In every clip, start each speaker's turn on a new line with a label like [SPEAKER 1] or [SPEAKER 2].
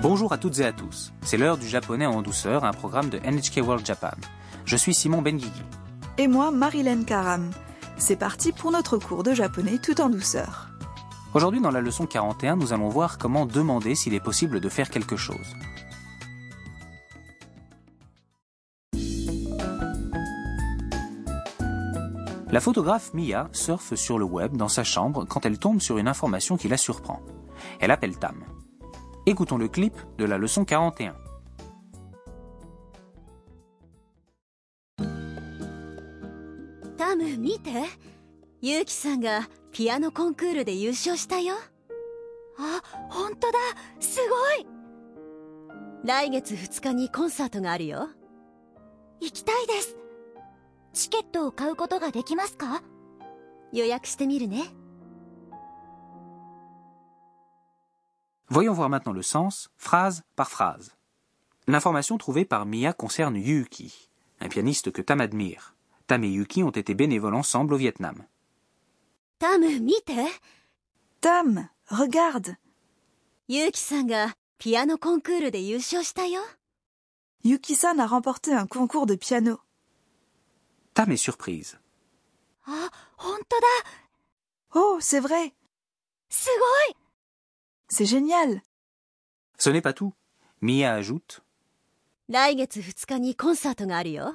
[SPEAKER 1] Bonjour à toutes et à tous. C'est l'heure du japonais en douceur, un programme de NHK World Japan. Je suis Simon Benguigui.
[SPEAKER 2] Et moi, Marilyn Karam. C'est parti pour notre cours de japonais tout en douceur.
[SPEAKER 1] Aujourd'hui, dans la leçon 41, nous allons voir comment demander s'il est possible de faire quelque chose. La photographe Mia surfe sur le web dans sa chambre quand elle tombe sur une information qui la surprend. Elle appelle Tam. Écoutons le clip de la leçon 41.
[SPEAKER 3] タム見てユウキさんがピアノコンクールで優勝したよあ本当だすごい来月2日にコンサートがあるよ行きたいですチケットを買うことができますか予約してみるね
[SPEAKER 1] Voyons voir maintenant le sens, phrase par phrase. L'information trouvée par Mia concerne Yuki, un pianiste que Tam admire. Tam et Yuki ont été bénévoles ensemble au Vietnam.
[SPEAKER 3] タム見て
[SPEAKER 2] Tam, regarde
[SPEAKER 3] ユウキさんがピアノコンクールで優勝したよ
[SPEAKER 2] Yuki-san a remporté un concours de piano.
[SPEAKER 1] Tam est surprise.
[SPEAKER 3] あ本当だ
[SPEAKER 2] Oh, c'est vrai
[SPEAKER 3] すごい
[SPEAKER 2] C'est génial
[SPEAKER 1] Ce n'est pas tout. Mia ajoute
[SPEAKER 3] 来月2日にコンサートがあるよ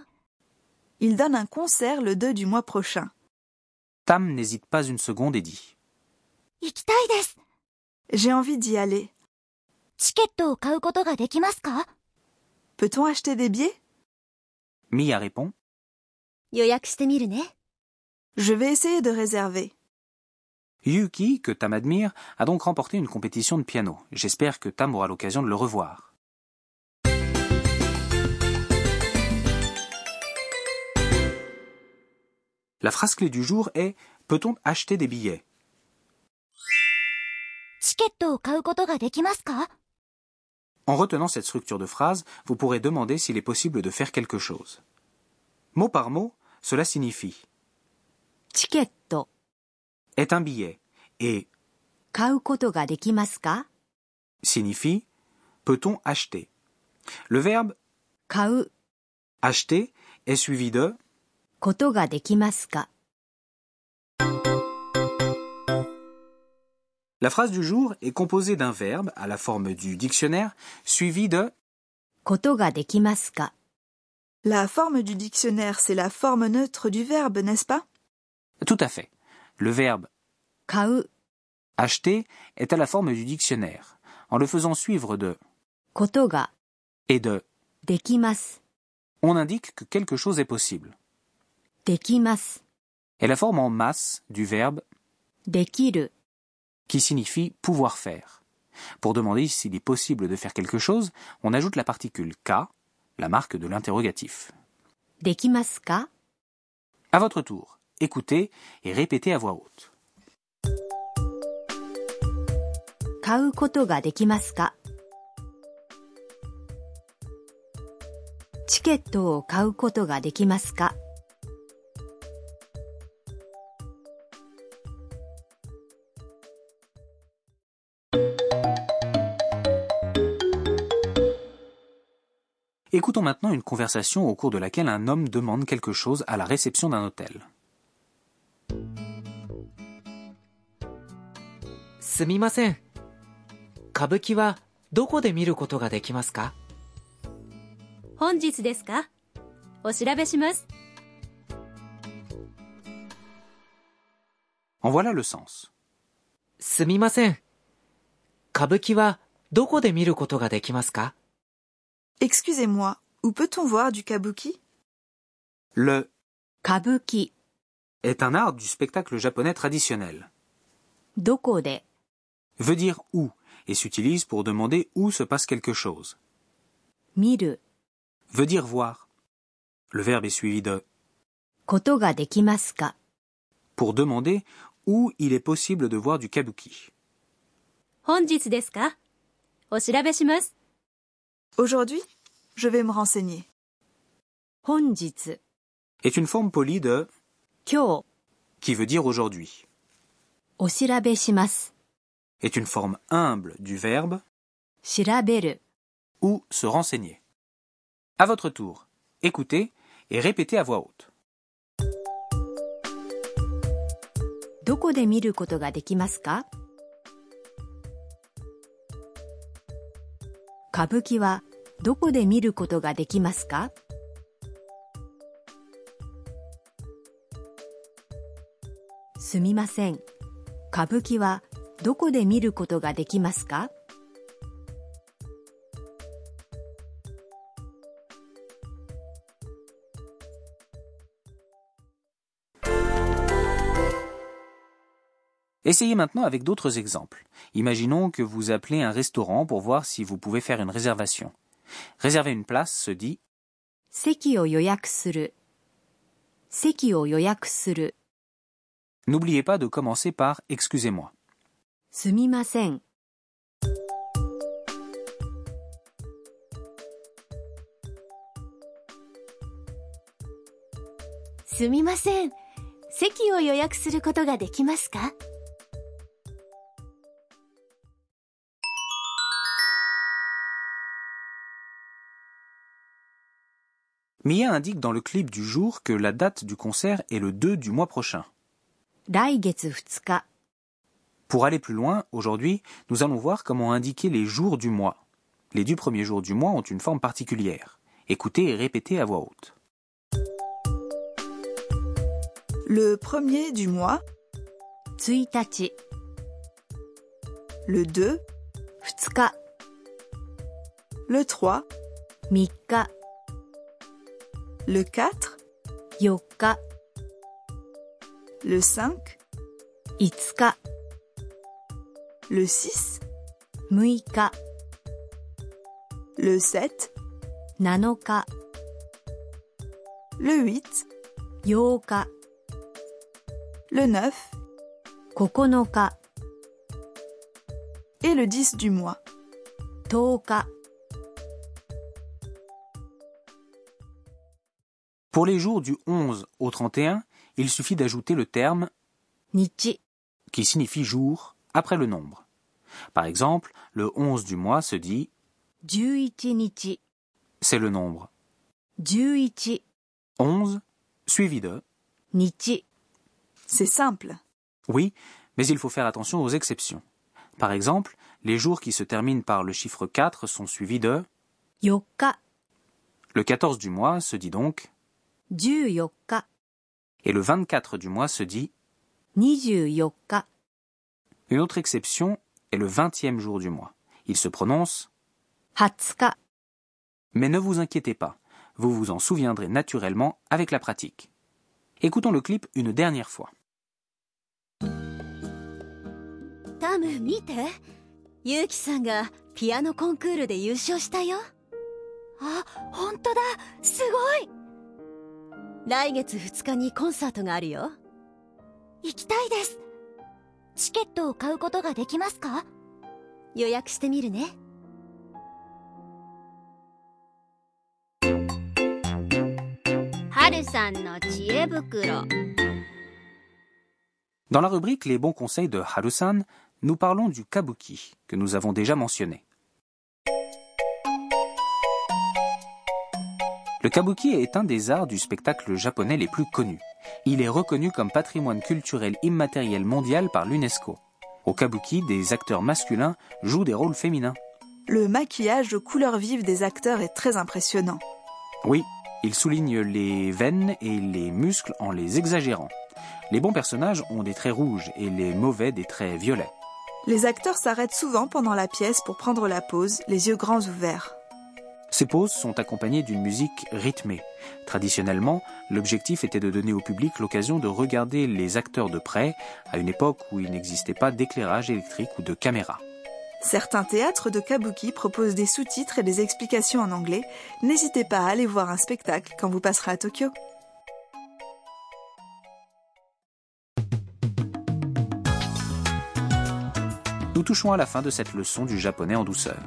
[SPEAKER 2] Il donne un concert le 2 du mois prochain.
[SPEAKER 1] Tam n'hésite pas une seconde et dit
[SPEAKER 3] 行きたいです
[SPEAKER 2] J'ai envie d'y aller.
[SPEAKER 3] チケットを買うことができますか
[SPEAKER 2] Peut-on acheter des billets
[SPEAKER 1] Mia répond
[SPEAKER 3] 予約してみるね
[SPEAKER 2] Je vais essayer de réserver.
[SPEAKER 1] Yuki, que Tam admire, a donc remporté une compétition de piano. J'espère que Tam aura l'occasion de le revoir. La phrase clé du jour est Peut-on acheter des billets
[SPEAKER 3] チケットを買うことができますか
[SPEAKER 1] En retenant cette structure de phrase, vous pourrez demander s'il est possible de faire quelque chose. Mot par mot, cela signifie
[SPEAKER 3] チケット
[SPEAKER 1] est un billet et
[SPEAKER 3] 買うことができますか
[SPEAKER 1] signifie peut-on acheter. Le verbe
[SPEAKER 3] 買う
[SPEAKER 1] acheter est suivi de
[SPEAKER 3] ことができますか
[SPEAKER 1] La phrase du jour est composée d'un verbe à la forme du dictionnaire suivi de
[SPEAKER 3] ことができますか
[SPEAKER 2] La forme du dictionnaire, c'est la forme neutre du verbe, n'est-ce pas
[SPEAKER 1] tout à fait. Le verbe
[SPEAKER 3] 買う
[SPEAKER 1] acheter est à la forme du dictionnaire en le faisant suivre de
[SPEAKER 3] ことが
[SPEAKER 1] et de
[SPEAKER 3] できます。
[SPEAKER 1] on indique que quelque chose est possible
[SPEAKER 3] できます。
[SPEAKER 1] et la forme en masse du verbe
[SPEAKER 3] できる。
[SPEAKER 1] qui signifie pouvoir faire. Pour demander s'il est possible de faire quelque chose, on ajoute la particule K, la marque de l'interrogatif.
[SPEAKER 3] できますか
[SPEAKER 1] À votre tour, écoutez et répétez à voix haute.
[SPEAKER 3] 買うことができますかチケットを買うことができますか
[SPEAKER 1] Écoutons maintenant une conversation au cours de laquelle un homme demande quelque chose à la réception d'un hôtel.
[SPEAKER 4] すみません歌舞伎はどこで見ることができますか
[SPEAKER 3] 本日ですかお調べします。
[SPEAKER 1] En voilà le sens.
[SPEAKER 4] すみません歌舞伎はどこで見ることができますか
[SPEAKER 2] Excusez-moi, où peut-on voir du kabuki
[SPEAKER 1] Le
[SPEAKER 3] 歌舞伎、
[SPEAKER 1] est un art du spectacle japonais traditionnel.
[SPEAKER 3] どこで、
[SPEAKER 1] Veut dire où et s'utilise pour demander où se passe quelque chose.
[SPEAKER 3] 見る、
[SPEAKER 1] Veut dire voir. Le verbe est suivi de
[SPEAKER 3] ことができますか
[SPEAKER 1] pour demander où il est possible de voir du kabuki.
[SPEAKER 3] 本日ですかお調べします。
[SPEAKER 2] Aujourd'hui, je vais me renseigner.
[SPEAKER 3] 本日、
[SPEAKER 1] est une forme polie de
[SPEAKER 3] 今日、
[SPEAKER 1] qui veut dire aujourd'hui.
[SPEAKER 3] お調べします。
[SPEAKER 1] est une forme humble du verbe
[SPEAKER 3] 調べる。
[SPEAKER 1] ou se renseigner. À votre tour, écoutez et répétez à voix haute.
[SPEAKER 3] どこで見ることができますか歌舞伎はどこで見ることができますかすみません歌舞伎はどこで見ることができますか
[SPEAKER 1] Essayez maintenant avec d'autres exemples. Imaginons que vous appelez un restaurant pour voir si vous pouvez faire une réservation. Réserver une place se dit
[SPEAKER 3] 席を予約する席を予約する
[SPEAKER 1] N'oubliez pas de commencer par Excusez-moi.
[SPEAKER 3] すみませんすみません席を予約することができますか
[SPEAKER 1] Mia indique dans le clip du jour que la date du concert est le 2 du mois prochain.
[SPEAKER 3] 来月2日
[SPEAKER 1] Pour aller plus loin, aujourd'hui, nous allons voir comment indiquer les jours du mois. Les dix premiers jours du mois ont une forme particulière. Écoutez et répétez à voix haute.
[SPEAKER 2] Le premier du mois,
[SPEAKER 3] 1日
[SPEAKER 2] le 2,
[SPEAKER 3] 2日
[SPEAKER 2] le 3,
[SPEAKER 3] 3日
[SPEAKER 2] le 4,
[SPEAKER 3] 4日
[SPEAKER 2] le 5,
[SPEAKER 3] 5日
[SPEAKER 2] le 6,
[SPEAKER 3] 6日
[SPEAKER 2] le 7,
[SPEAKER 3] 7日
[SPEAKER 2] le 8,
[SPEAKER 3] 8日
[SPEAKER 2] le 9
[SPEAKER 3] 9日
[SPEAKER 2] et le 10 du mois.
[SPEAKER 3] 10日
[SPEAKER 1] Pour les jours du 11 au 31, il suffit d'ajouter le terme
[SPEAKER 3] 日
[SPEAKER 1] qui signifie jour après le nombre. Par exemple, le 11 du mois se dit
[SPEAKER 3] 11日
[SPEAKER 1] c'est le nombre
[SPEAKER 3] 11
[SPEAKER 1] 11 suivi de
[SPEAKER 3] 日
[SPEAKER 2] C'est simple.
[SPEAKER 1] oui, mais il faut faire attention aux exceptions. Par exemple, les jours qui se terminent par le chiffre 4 sont suivis de
[SPEAKER 3] 4日
[SPEAKER 1] le 14 du mois se dit donc
[SPEAKER 3] 14日
[SPEAKER 1] et le 24 du mois se dit.
[SPEAKER 3] ?24 日、
[SPEAKER 1] Une autre exception est le 20e jour du mois. Il se prononce
[SPEAKER 3] 20日、
[SPEAKER 1] Mais ne vous inquiétez pas, vous vous en souviendrez naturellement avec la pratique. Écoutons le clip une dernière fois.
[SPEAKER 5] タム見てユウキさんがピアノコンクールで優勝したよあ本当だすごい来月2日にコンサートがあるよ行きたいですチケットを買うことができますか予約してみるね
[SPEAKER 6] 春さんの知恵袋
[SPEAKER 1] Dans la rubrique Les bons conseils de Harusan, nous parlons du kabuki, que nous avons déjà mentionné. Le kabuki est un des arts du spectacle japonais les plus connus. Il est reconnu comme patrimoine culturel immatériel mondial par l'UNESCO. Au kabuki, des acteurs masculins jouent des rôles féminins.
[SPEAKER 2] Le maquillage aux couleurs vives des acteurs est très impressionnant.
[SPEAKER 1] Oui, il souligne les veines et les muscles en les exagérant. Les bons personnages ont des traits rouges et les mauvais des traits violets.
[SPEAKER 2] Les acteurs s'arrêtent souvent pendant la pièce pour prendre la pause, les yeux grands ouverts.
[SPEAKER 1] Ces pauses sont accompagnées d'une musique rythmée. Traditionnellement, l'objectif était de donner au public l'occasion de regarder les acteurs de près, à une époque où il n'existait pas d'éclairage électrique ou de caméra.
[SPEAKER 2] Certains théâtres de kabuki proposent des sous-titres et des explications en anglais. N'hésitez pas à aller voir un spectacle quand vous passerez à Tokyo.
[SPEAKER 1] Nous touchons à la fin de cette leçon du japonais en douceur.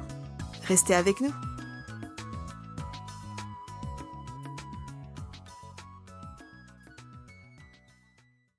[SPEAKER 2] Restez avec nous.